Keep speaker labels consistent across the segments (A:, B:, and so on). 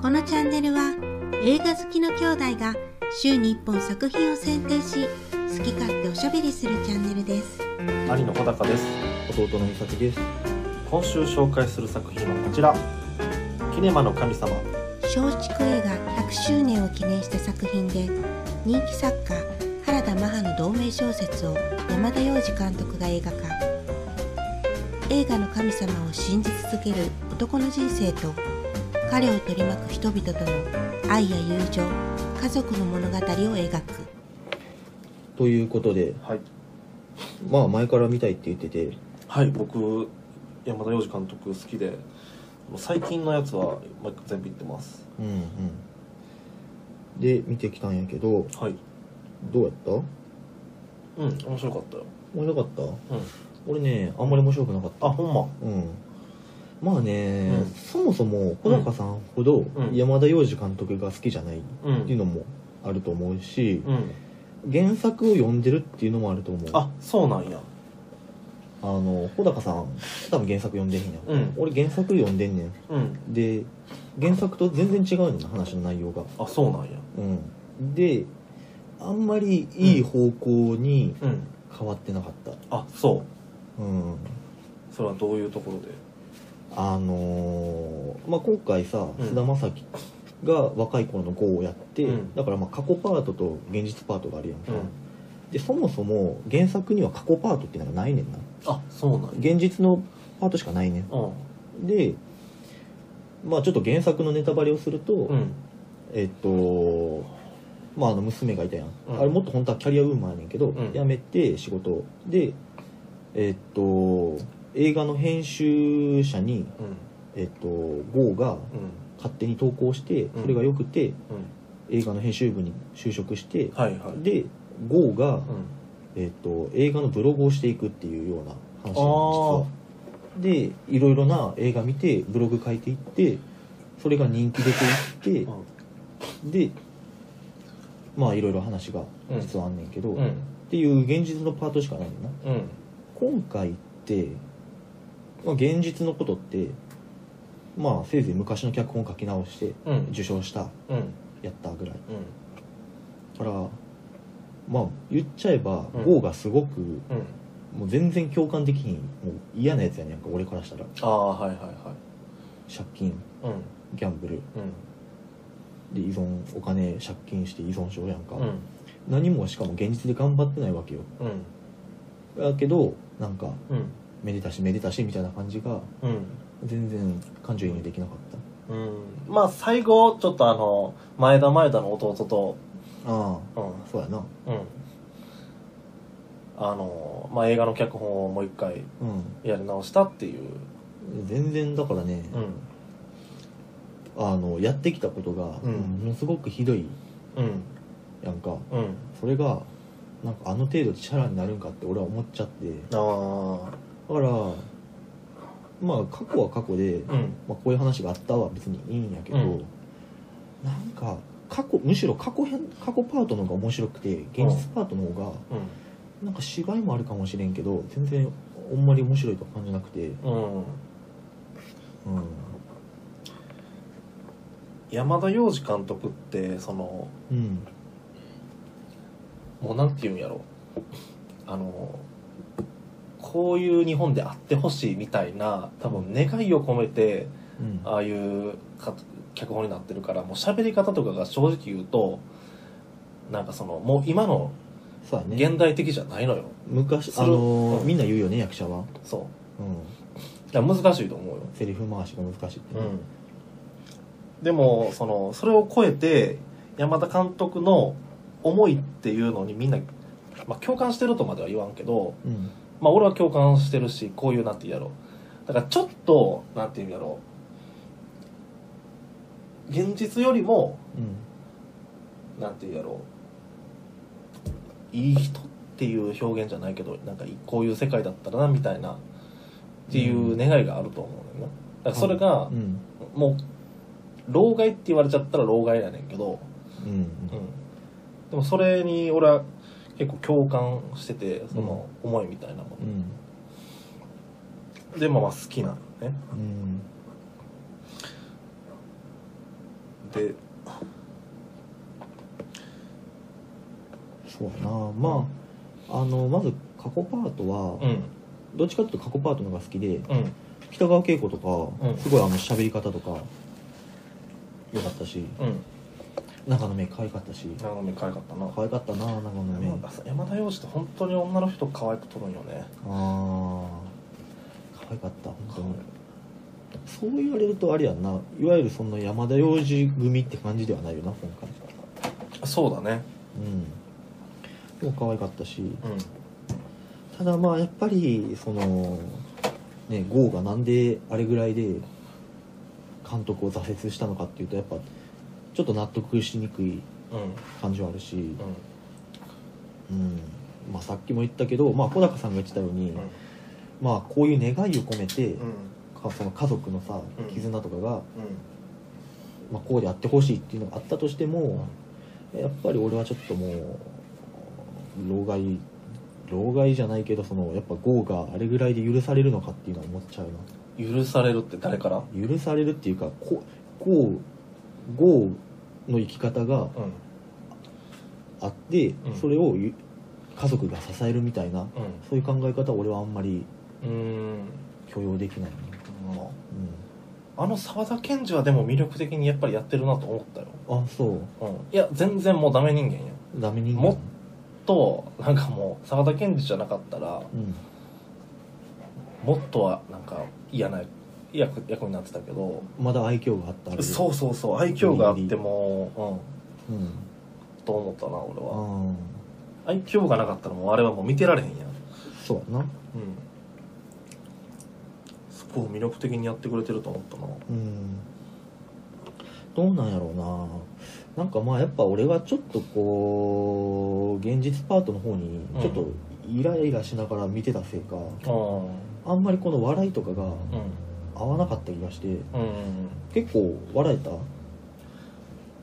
A: このチャンネルは映画好きの兄弟が週に1本作品を選定し好き勝手おしゃべりするチャンネルです
B: 兄の小高です
C: 弟の美咲です
B: 今週紹介する作品はこちらキネマの神様
A: 松竹映画100周年を記念した作品で人気作家原田マハの同名小説を山田洋次監督が映画化映画の神様を信じ続ける男の人生と彼を取り巻く人々との愛や友情家族の物語を描く
C: ということで
B: はい
C: まあ前から見たいって言ってて
B: はい僕山田洋次監督好きで最近のやつはまあ全部行ってます
C: うんうんで見てきたんやけど
B: はい
C: どうやった
B: うん面白かったよ
C: 面白かった
B: うん
C: 俺ねあんまり面白くなかった
B: あほんま
C: うんまあね、
B: うん
C: そもそも小高さんほど
B: うん
C: 山田洋次監督が好きじゃないっ
B: う
C: ていうんのもあると思うし
B: うん
C: 原作を読んでるっていうのもあると思う
B: あそうなんや
C: あの小高さん多分原作読んでへんやん、
B: うん
C: 俺原作読んでんねん
B: うん
C: で原作と全然違うのな話の内容が
B: あそうなんや
C: うんであんまりいい方向に
B: うん
C: 変わってなかった
B: あそう
C: うん、
B: それはどういうところで
C: あのーまあ今回さ
B: うん
C: 菅田将暉が若い頃の号をやって、
B: うん
C: だからまあ過去パートと現実パートがあるやんか、
B: うん
C: でそもそも原作には過去パートっていうのがないねんな
B: あそうなんや
C: 現実のパートしかないね
B: うん
C: んでまあちょっと原作のネタバレをすると、
B: うん
C: えっとまああの娘がいたやん、
B: うん
C: あれもっと本当はキャリアウーマンやねんけど、
B: うん
C: 辞めて仕事をでえっと映画の編集者に
B: うん
C: えっとゴーが
B: うん
C: 勝手に投稿して
B: うん
C: それが良くて、
B: うん
C: 映画の編集部に就職して、
B: はいはい
C: でゴーが、
B: うん
C: えっと映画のブログをしていくっていうような話なんです
B: あ
C: よでいろいろな映画見てブログ書いていってそれが人気出ていって、でまあいろいろ話が
B: うん
C: 実はあんねんけど、
B: う
C: っ
B: ん
C: ていう現実のパートしかないのな
B: うん
C: 今回って、まあ、現実のことってまあせいぜい昔の脚本書き直して
B: うん
C: 受賞した
B: うん
C: やったぐらいだ
B: うん
C: からまあ言っちゃえば、
B: うん
C: ゴーがすごく
B: うん
C: もう全然共感できひんもう嫌なやつやねんなんか俺からしたら
B: ああはいはいはい
C: 借金
B: うん
C: ギャンブル
B: うん
C: で依存お金借金して依存症やんか、
B: うん
C: 何もしかも現実で頑張ってないわけよ
B: うん
C: だけどなんか
B: うん
C: めでたしめでたしみたいな感じが
B: うん
C: 全然感情移入できなかった
B: うんまあ最後ちょっとあの前田前田の弟と
C: あ
B: う
C: そうやなん
B: うんあのまあ映画の脚本をもう一回
C: う
B: やり直したっていう、
C: ん全然だからね、
B: うん
C: あのやってきたことが、
B: うん
C: ものすごくひどい
B: うん
C: やんか
B: うん、
C: それがなんかあの程度でチャラになるんかって俺は思っちゃって
B: ああ
C: だからまあ過去は過去で、
B: うん
C: まあ、こういう話があったは別にいいんやけど、
B: うん
C: なんか過去むしろ過去編過去パートの方が面白くて現実パートの方が、なんか芝居もあるかもしれんけど全然あんまり面白いとは感じなくて、
B: うんうん
C: うん、
B: 山田洋次監督ってその
C: うん、
B: もうなんていうんやろあのこういう日本であってほしいみたいな多分願いを込めて
C: うん、
B: ああいうか脚本になってるからもう喋り方とかが正直言うとなんかそのもう今の
C: そうやね
B: 現代的じゃないのよ、
C: 昔
B: そ
C: あ
B: れ
C: のー
B: うん
C: みんな言うよね役者は、
B: そううだから難しいと思うよ、
C: ん、セリフ回しが難しいってね、
B: でもそのそれを超えて山田監督の思いっていうのにみんな、まあ、共感してるとまでは言わんけど、
C: うん
B: まあ、俺は共感してるしこういうなんて言うやろだからちょっとなんて言うんやろ現実よりも
C: うん
B: なんていうやろういい人っていう表現じゃないけどなんかいこういう世界だったらなみたいなっていう願いがあると思うのよねだからそれが
C: うん
B: もう老害って言われちゃったら老害やねんけど、
C: うん
B: うん、でもそれに俺は結構共感しててその思いみたいなも
C: うんうん
B: のでもまあ好きなのね
C: うん
B: で
C: そうやなまああのまず過去パートは、
B: うん
C: どっちかっていうと過去パートの方が好きで
B: うん
C: 北川景子とか、
B: うん
C: すごいあの喋り方とか良かったし
B: うん
C: 中の目可愛かったし
B: 長め可愛かったな
C: 可愛かったな中の目
B: 山田山田洋次って本当に女の人可愛く撮るんよね
C: ああ可愛かった本当にそう言われるとあれやんないわゆるその山田洋次組って感じではないよな今回
B: そうだね
C: うんでも可愛かったし
B: うん
C: ただまあやっぱりそのね郷がなんであれぐらいで監督を挫折したのかっていうとやっぱちょっと納得しにくい
B: うん
C: 感じはあるし、うんまあ、さっきも言ったけど、まあ、小高さんが言ってたように、
B: うんうん
C: まあ、こういう願いを込めて、
B: うん
C: かその家族のさ
B: うん
C: 絆とかが、
B: うん
C: まあ、こうであってほしいっていうのがあったとしても、やっぱり俺はちょっともう老害老害じゃないけどそのやっぱゴーがあれぐらいで許されるのかっていうのは思っちゃう
B: 許されるって誰から
C: な許されるっていうかこゴーゴーの生き方が
B: うん
C: あって、
B: うん
C: それをゆ家族が支えるみたいな
B: う
C: そういう考え方は俺はあんまり
B: んうん
C: 許容できないね、
B: まああの沢田研二はでも魅力的にやっぱりやってるなと思ったよ、
C: うん、あそう
B: うん、いや全然もうダメ人間や
C: ダメ人間
B: もっとなんかもう沢田研二じゃなかったら
C: うん
B: もっとはなんか嫌な役役になってたけど
C: まだ愛嬌があったあれ
B: そうそうそう愛嬌があっても
C: ううん
B: うんと思ったな俺は
C: あ
B: 愛嬌がなかったらもうあれはもう見てられへんやん
C: あそうやな
B: うんそこを魅力的にやってくれてると思ったな
C: うんどうなんやろうななんかまあやっぱ俺がちょっとこう現実パートの方に
B: うん
C: ちょっとイライラしながら見てたせいか、
B: う
C: あんまりこの笑いとかが
B: んうん
C: 合わなかった気がして
B: うん
C: 結構笑えた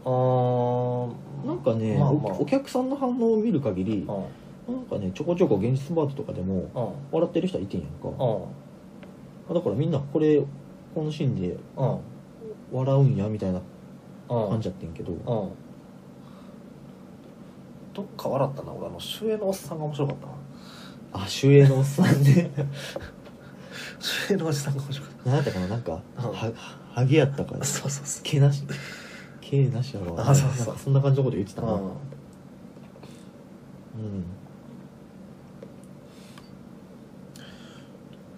B: あー
C: なんかね、
B: まあまあ
C: おお客さんの反応を見る限り
B: うん
C: なんかねちょこちょこ現実パートとかでも
B: うん
C: 笑ってる人はいてんやんか、
B: うん
C: だからみんなこれこのシーンで
B: うん
C: 笑うんやみたいな
B: うん
C: 感じやってんけど、
B: うんどっか笑ったな俺あの主演のおっさんが面白かったな
C: あ主演のおっさんで
B: 主演のおじさんが面白かっ
C: 何やったかななんか、
B: うん
C: はハゲやったから
B: たそうそうそう
C: 毛なし毛なしやろ
B: あそうそう
C: なんかそんな感じのこと言ってたなうん、
B: うん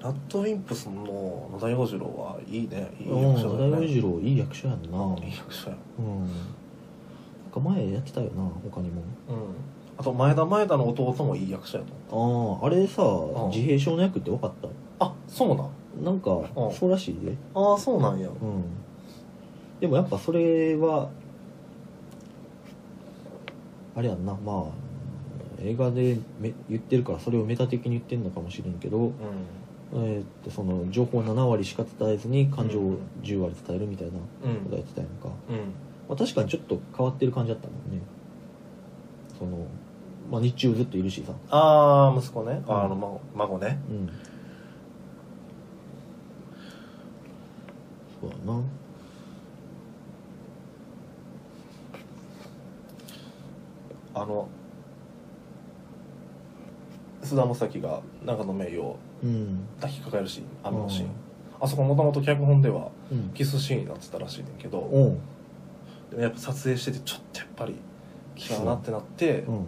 B: ラッドウィンプスの野田洋次郎はいいねいい
C: うん
B: 役
C: 小
B: 者
C: 田
B: だよ
C: 洋
B: ね
C: 次郎いい役者やんなうん
B: いい役者や
C: なんか前やってたよな他に
B: うんあと前田前田の弟もいい役者やと思う
C: もあああれさ、
B: ん
C: 自閉症の役って分かった
B: あそうなん
C: なんか、
B: うん
C: そうらしいで
B: ああそうなんや
C: うんでもやっぱそれはあれやんなまあ映画でめ言ってるからそれをメタ的に言ってるのかもしれんけど、
B: う
C: えーっとその情報7割しか伝えずに感情を10割伝えるみたいなこ
B: んう
C: とが
B: ん
C: 言ってたやんか、
B: うん
C: まあ、確かにちょっと変わってる感じだったもんねその、まあ、日中ずっといるしさ、
B: ああ息子ね
C: うん
B: ああの孫孫ね
C: うん、そうだな
B: あの菅田将暉が長野名誉を
C: うん
B: 抱きかかえるシーンあのシーン、あそこもともと脚本では
C: うん
B: キスシーンになってたらしいねんけど、
C: おう
B: でもやっぱ撮影しててちょっとやっぱり気がなってなって、
C: うん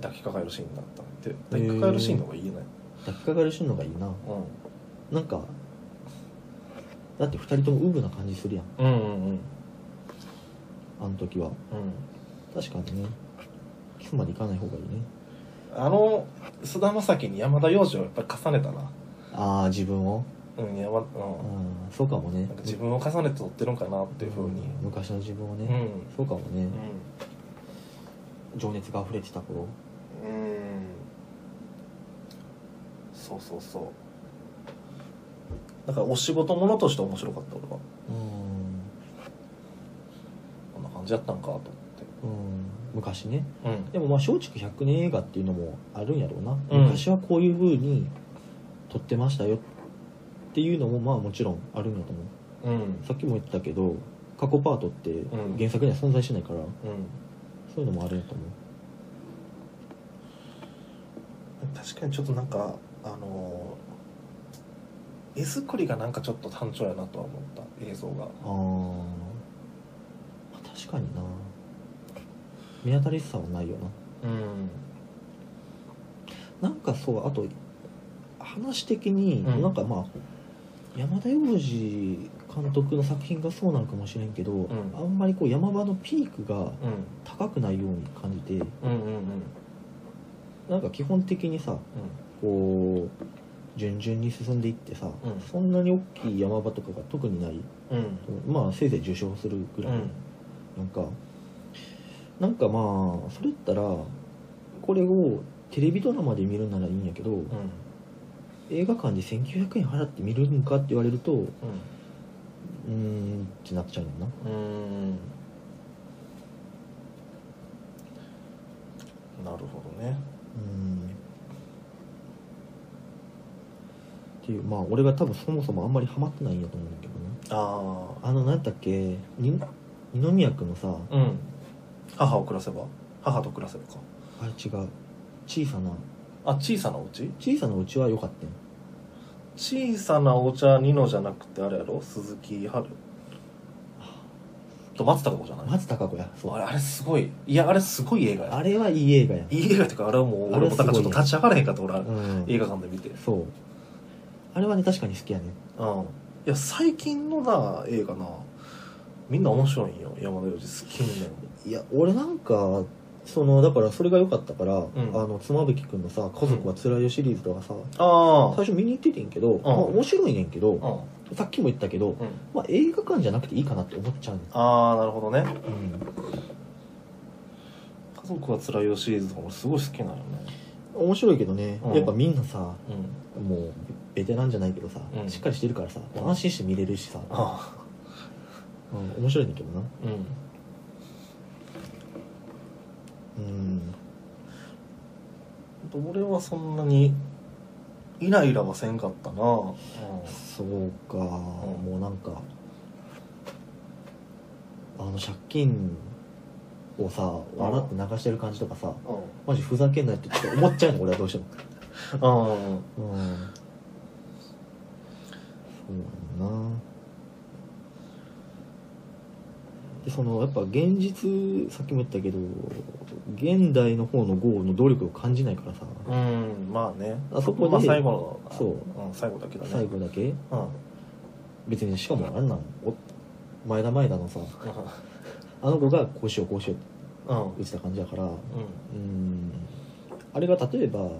B: 抱きかかえるシーンになったって抱きかかえるシーンの方がいいね、
C: 抱きかかりしてんのがいいな
B: うん
C: なんかだって2人ともウブな感じするやん
B: うんうんうん
C: あの時は
B: うん
C: 確かにねキスまでいかない方がいいね
B: あの菅田将暉に山田洋次をやっぱり重ねたな
C: ああ自分を
B: うん山、う、
C: うんんそうかもね
B: なんか自分を重ねて撮ってるんかなっていうふうに
C: 昔の自分を
B: う
C: ね、
B: ん
C: そうかもね
B: うん、
C: 情熱が溢れてた頃
B: うん、そうそうそうだからお仕事ものとして面白かった俺は
C: うん
B: こんな感じやったんかと思って
C: うん昔ね
B: うん
C: でもまあ松竹100年映画っていうのもあるんやろうな、
B: うん
C: 昔はこういう風に撮ってましたよっていうのもまあもちろんあるんやと思う
B: うん
C: さっきも言ったけど過去パートって
B: ん
C: 原作には存在しないから、
B: うん
C: そういうのもあるやと思う
B: 確かにちょっとなんかあのー絵作りがなんかちょっと単調やなとは思った映像が
C: あーまあ確かにな見当たりしさはないよ
B: うん
C: ななんかそうあと話的に、
B: うん
C: なんかまあ山田洋次監督の作品がそうなのかもしれんけど、
B: ん
C: あんまりこう山場のピークが
B: うん
C: 高くないように感じて
B: うんうんうん
C: なんか基本的にさこう順々に進んでいってさ、
B: うん
C: そんなに大きい山場とかが特にない
B: うんうん
C: まあせいぜい受賞するぐ
B: う
C: らい、
B: ん
C: なんかなんかまあそれったらこれをテレビドラマで見るならいいんやけど、
B: うん
C: 映画館で1900円払って見るんかって言われるとう
B: うん
C: ーんってなっちゃうねんな
B: うーんなるほどね
C: うんっていうまあ俺が多分そもそもあんまりハマってないんやと思うんだけどね
B: あ
C: あの何やったっけに二宮君のさ
B: あうん母を暮らせば母と暮らせばか
C: あれ違う小さな
B: あ小さなお家
C: 小さなうちは良かったん
B: 小さなお茶ニノじゃなくてあれやろ鈴木春と松たか子じゃない
C: 松たか子やそう
B: あれあれすごいいやあれすごい映画や
C: あれはいい映画や
B: いい映画っていうかあれはもう
C: あれ
B: 俺も
C: す
B: だ
C: ご
B: から
C: い
B: ちょっと立ち上がれへんかって俺は
C: うん
B: 映画館で見て
C: そうあれはね確かに好きやね
B: うんいや最近のな映画なみんな面白いんよ山田洋次好きになる
C: いや俺なんかそのだからそれが良かったから、
B: ん
C: あの妻夫木君のさ「家族はつらいよ」シリーズとかさ、
B: あ
C: 最初見に行っててんけど、まあ、面白いねんけど、
B: うん
C: さっきも言ったけど、
B: うん
C: まあ、映画館じゃなくていいかなって思っちゃうねん
B: ああなるほどね
C: うん
B: 家族は辛いよシリーズとか俺すごい好きなのね
C: 面白いけどね、
B: うん
C: やっぱみんなさ
B: うん
C: もうベテランじゃないけどさ、
B: うん
C: しっかりしてるからさ
B: うん
C: 安心して見れるしさ、
B: ああ
C: うん面白いねんだけどな
B: うん
C: うん
B: 俺はそんなにイライラはせんかったな、うん、
C: そうか、もうなんかあの借金をさ笑って流してる感じとかさマジふざけんなよってちょっと思っちゃうの俺はどうしても
B: うんうん
C: うんそうなんだなでそのやっぱ現実さっきも言ったけど現代の方のゴーの努力を感じないからさ
B: うんまあね
C: あそこで
B: まあ最後の
C: そう、
B: ん、最後だけだね
C: 最後だけ
B: うん
C: 別にしかもあれなのお前田前田のさ
B: う
C: あの子がこうしようこうしようって
B: んうん
C: 打ちた感じだからう
B: うん
C: ーんあれが例えば
B: うん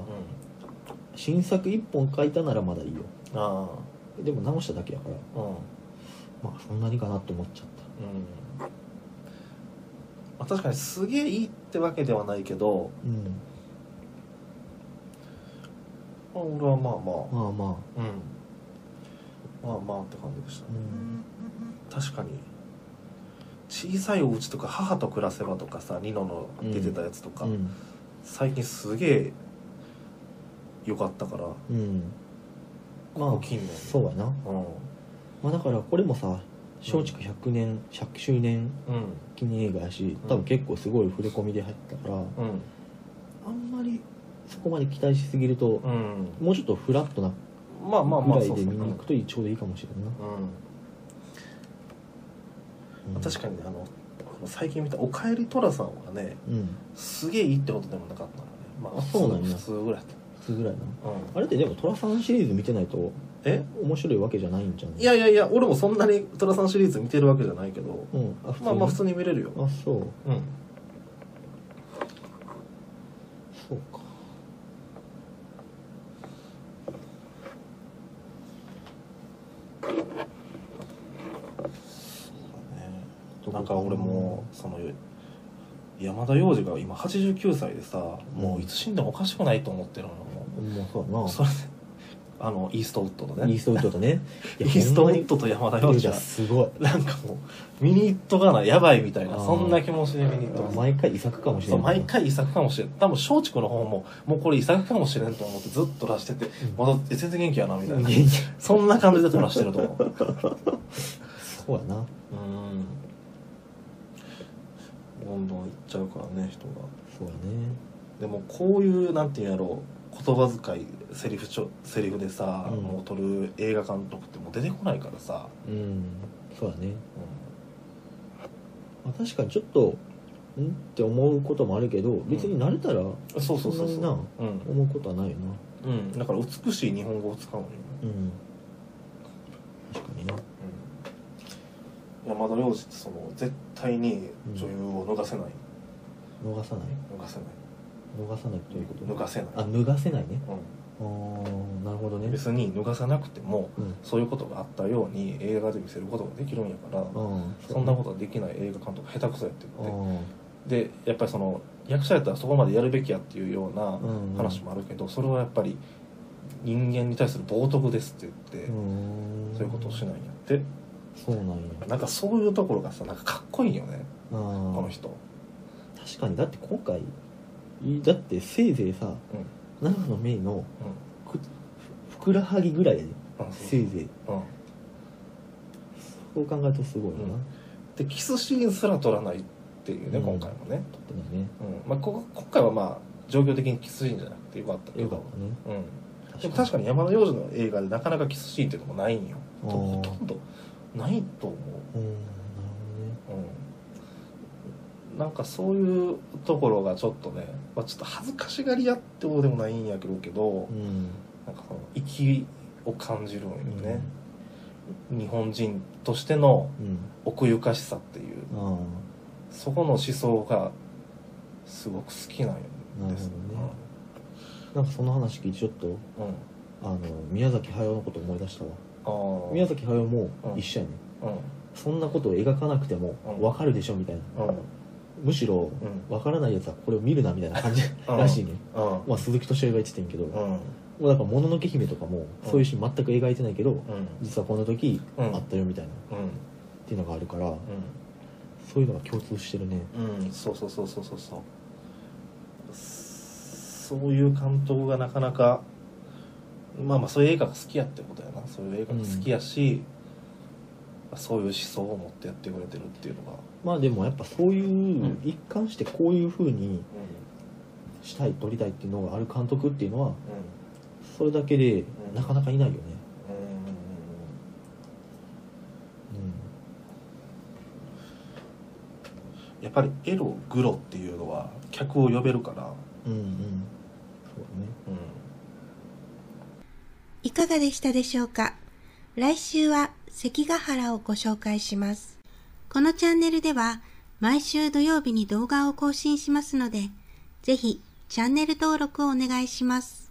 C: 新作1本書いたならまだいいよ
B: あ
C: でも直しただけやから
B: あうん
C: まあそんなにかなって思っちゃっ
B: うんまあ確かにすげえいいってわけではないけど
C: たうん
B: まあ俺はまあま
C: まあま
B: あうんまあまあって感じでした
C: あうん
B: 確かに小さいお家とか母と暮らせばとかさニノの出てたやつとか、
C: うん
B: 最近すげえ良かったから
C: うんま
B: ここ
C: あ
B: 近年
C: そうやな
B: うん
C: まあだからこれもさ松竹100年100周年
B: うん
C: 記念映画やし多分結構すごい触れ込みで入ったから
B: うん
C: あんまりそこまで期待しすぎると
B: うん
C: もうちょっとフラットな
B: まあまあ
C: ぐ
B: まあ
C: らい
B: そう
C: で
B: そう
C: 見に行くといいちょうどいいかもしれんな
B: うん
C: うん
B: 確かにねあの最近見た「おかえりトラさん」はね
C: うん
B: すげえいいってことでもなかったのねまあ
C: あそうなんや
B: 普通ぐらいだっ
C: 普通ぐらいな
B: た、うん、
C: あれってでも寅さんシリーズ見てないと
B: え
C: 面白いわけじゃないんじゃない
B: いやいやいや俺もそんなにトラさんシリーズ見てるわけじゃないけど
C: うんあ普通
B: まあまあ普通に見れるよ
C: あそう
B: うん
C: そうか
B: なんか俺もその山田洋次が今89歳でさもういつ死んでもおかしくないと思ってるのよ
C: もう
B: そ
C: そ
B: れであのイーストウッド
C: う
B: の
C: やなイー
B: ね
C: ストウッド とね
B: イーストウ
C: い
B: ッドと山田
C: やほ
B: 洋
C: んまに
B: 次が
C: すごい
B: なんかもう見に行っとかなやばいみたいな
C: あー
B: そんな気持ちで見に行っとかな
C: 毎回遺作かもしれ
B: そ
C: な
B: う
C: い
B: 毎回遺作かもしれん多分松竹の方ももうこれ遺作かもしれんと思ってずっと出しててまだえ全然元気やなみたいな
C: 現地
B: そんな感じで撮らしてると思う
C: そうやな
B: うんどんどん行っちゃうからね人が
C: そうやね
B: でもこういうなんていうんやろう言葉遣いセリフちょセリフでさ、
C: うん
B: もう撮る映画監督ってもう出てこないからさ、
C: うんそうやね、まあ、確かにちょっとんって思うこともあるけど別に慣れたら
B: うん、そうそうそうそ
C: そんなに
B: う
C: な、
B: うん
C: 思うことはないよな
B: うん、だから美しい日本語を使うのよ、
C: うん確かにな
B: うん、山田洋次ってその絶対に女優を脱がせない、
C: 逃さない
B: 脱がせない
C: 逃さないということ
B: 脱がせない
C: あ脱がせないね
B: う
C: あーなるほど
B: ん、
C: ね
B: 別に脱がさなくても
C: うん
B: そういうことがあったように映画で見せることができるんやから
C: ああ
B: そんなことはできない映画監督下手くそやって
C: ああ
B: 言ってでやっぱりその役者やったらそこまでやるべきやっていうような
C: うんうん
B: 話もあるけどそれはやっぱり人間に対する冒涜ですって言って
C: ん
B: そういうことをしないんやって
C: そうなんや
B: なんかそういうところがさなんかかっこいいよね
C: あ
B: こ
C: の
B: の人
C: 確かにだって今回だってせいぜいさ
B: うん
C: 長野めいの
B: うん
C: くふくらはぎぐらいやで
B: あそ
C: せいぜいう
B: うん
C: そう考えるとすごいよな、
B: うんでキスシーンすら撮らないっていうね
C: うん
B: 今回もね、
C: 撮ってないね
B: うんまあ、こ今回はまあ状況的にキスシーンじゃなくてよかったけ
C: よか
B: ど
C: っ、たね
B: うん、でも確かに山田洋次の映画でなかなかキスシーンっていうのもないんよ
C: あー
B: ほとんどないと思
C: うんなる
B: う、うん、なんかそういうところがちょっとね、まあ、ちょっと恥ずかしがり屋ってことでもないんやけどけど
C: ほどねうん
B: なんかその息を感じるんよね、日本人としての
C: うん
B: 奥ゆかしさっていう
C: ああ
B: そこの思想がすごく好きなんです
C: なるほなんかその話聞いてちょっと
B: うんうん
C: あの宮崎駿のこと思い出したわ
B: あー
C: 宮崎駿も一緒やね、
B: うん
C: そんなことを描かなくても
B: うん
C: 分かるでしょみたいな、
B: うん
C: むしろ
B: うん
C: 分からないやつはこれを見るなみたいな感じ
B: うん
C: らしいね、
B: うん
C: まあ、鈴木敏夫が言ってたんやけど、も
B: うん
C: うだから「もののけ姫」とかも
B: うん
C: そういうシーン全く描いてないけど
B: うん
C: 実はこの時
B: うん
C: あったよみたいな、っ
B: うん
C: ていうのがあるからそういうのが共通してるね
B: うんうんそうそうそうそうそうそうそういう監督がなかなかまあまあそういう映画が好きやってことやなそういう映画が好きやし、そういう思想を持ってやってくれてるっていうのが、
C: まあでもやっぱそういう、
B: うん
C: 一貫してこういう風にしたい撮りたいっていうのがある監督っていうのは
B: うんうん
C: それだけで
B: うん
C: なかなかいないよね、
B: うんやっぱりエログロっていうのは客を呼べるから、
C: うん、うんうんそうだね
B: う
A: いかがでしたでしょうか来週は関ヶ原をご紹介します。このチャンネルでは毎週土曜日に動画を更新しますので、ぜひチャンネル登録をお願いします。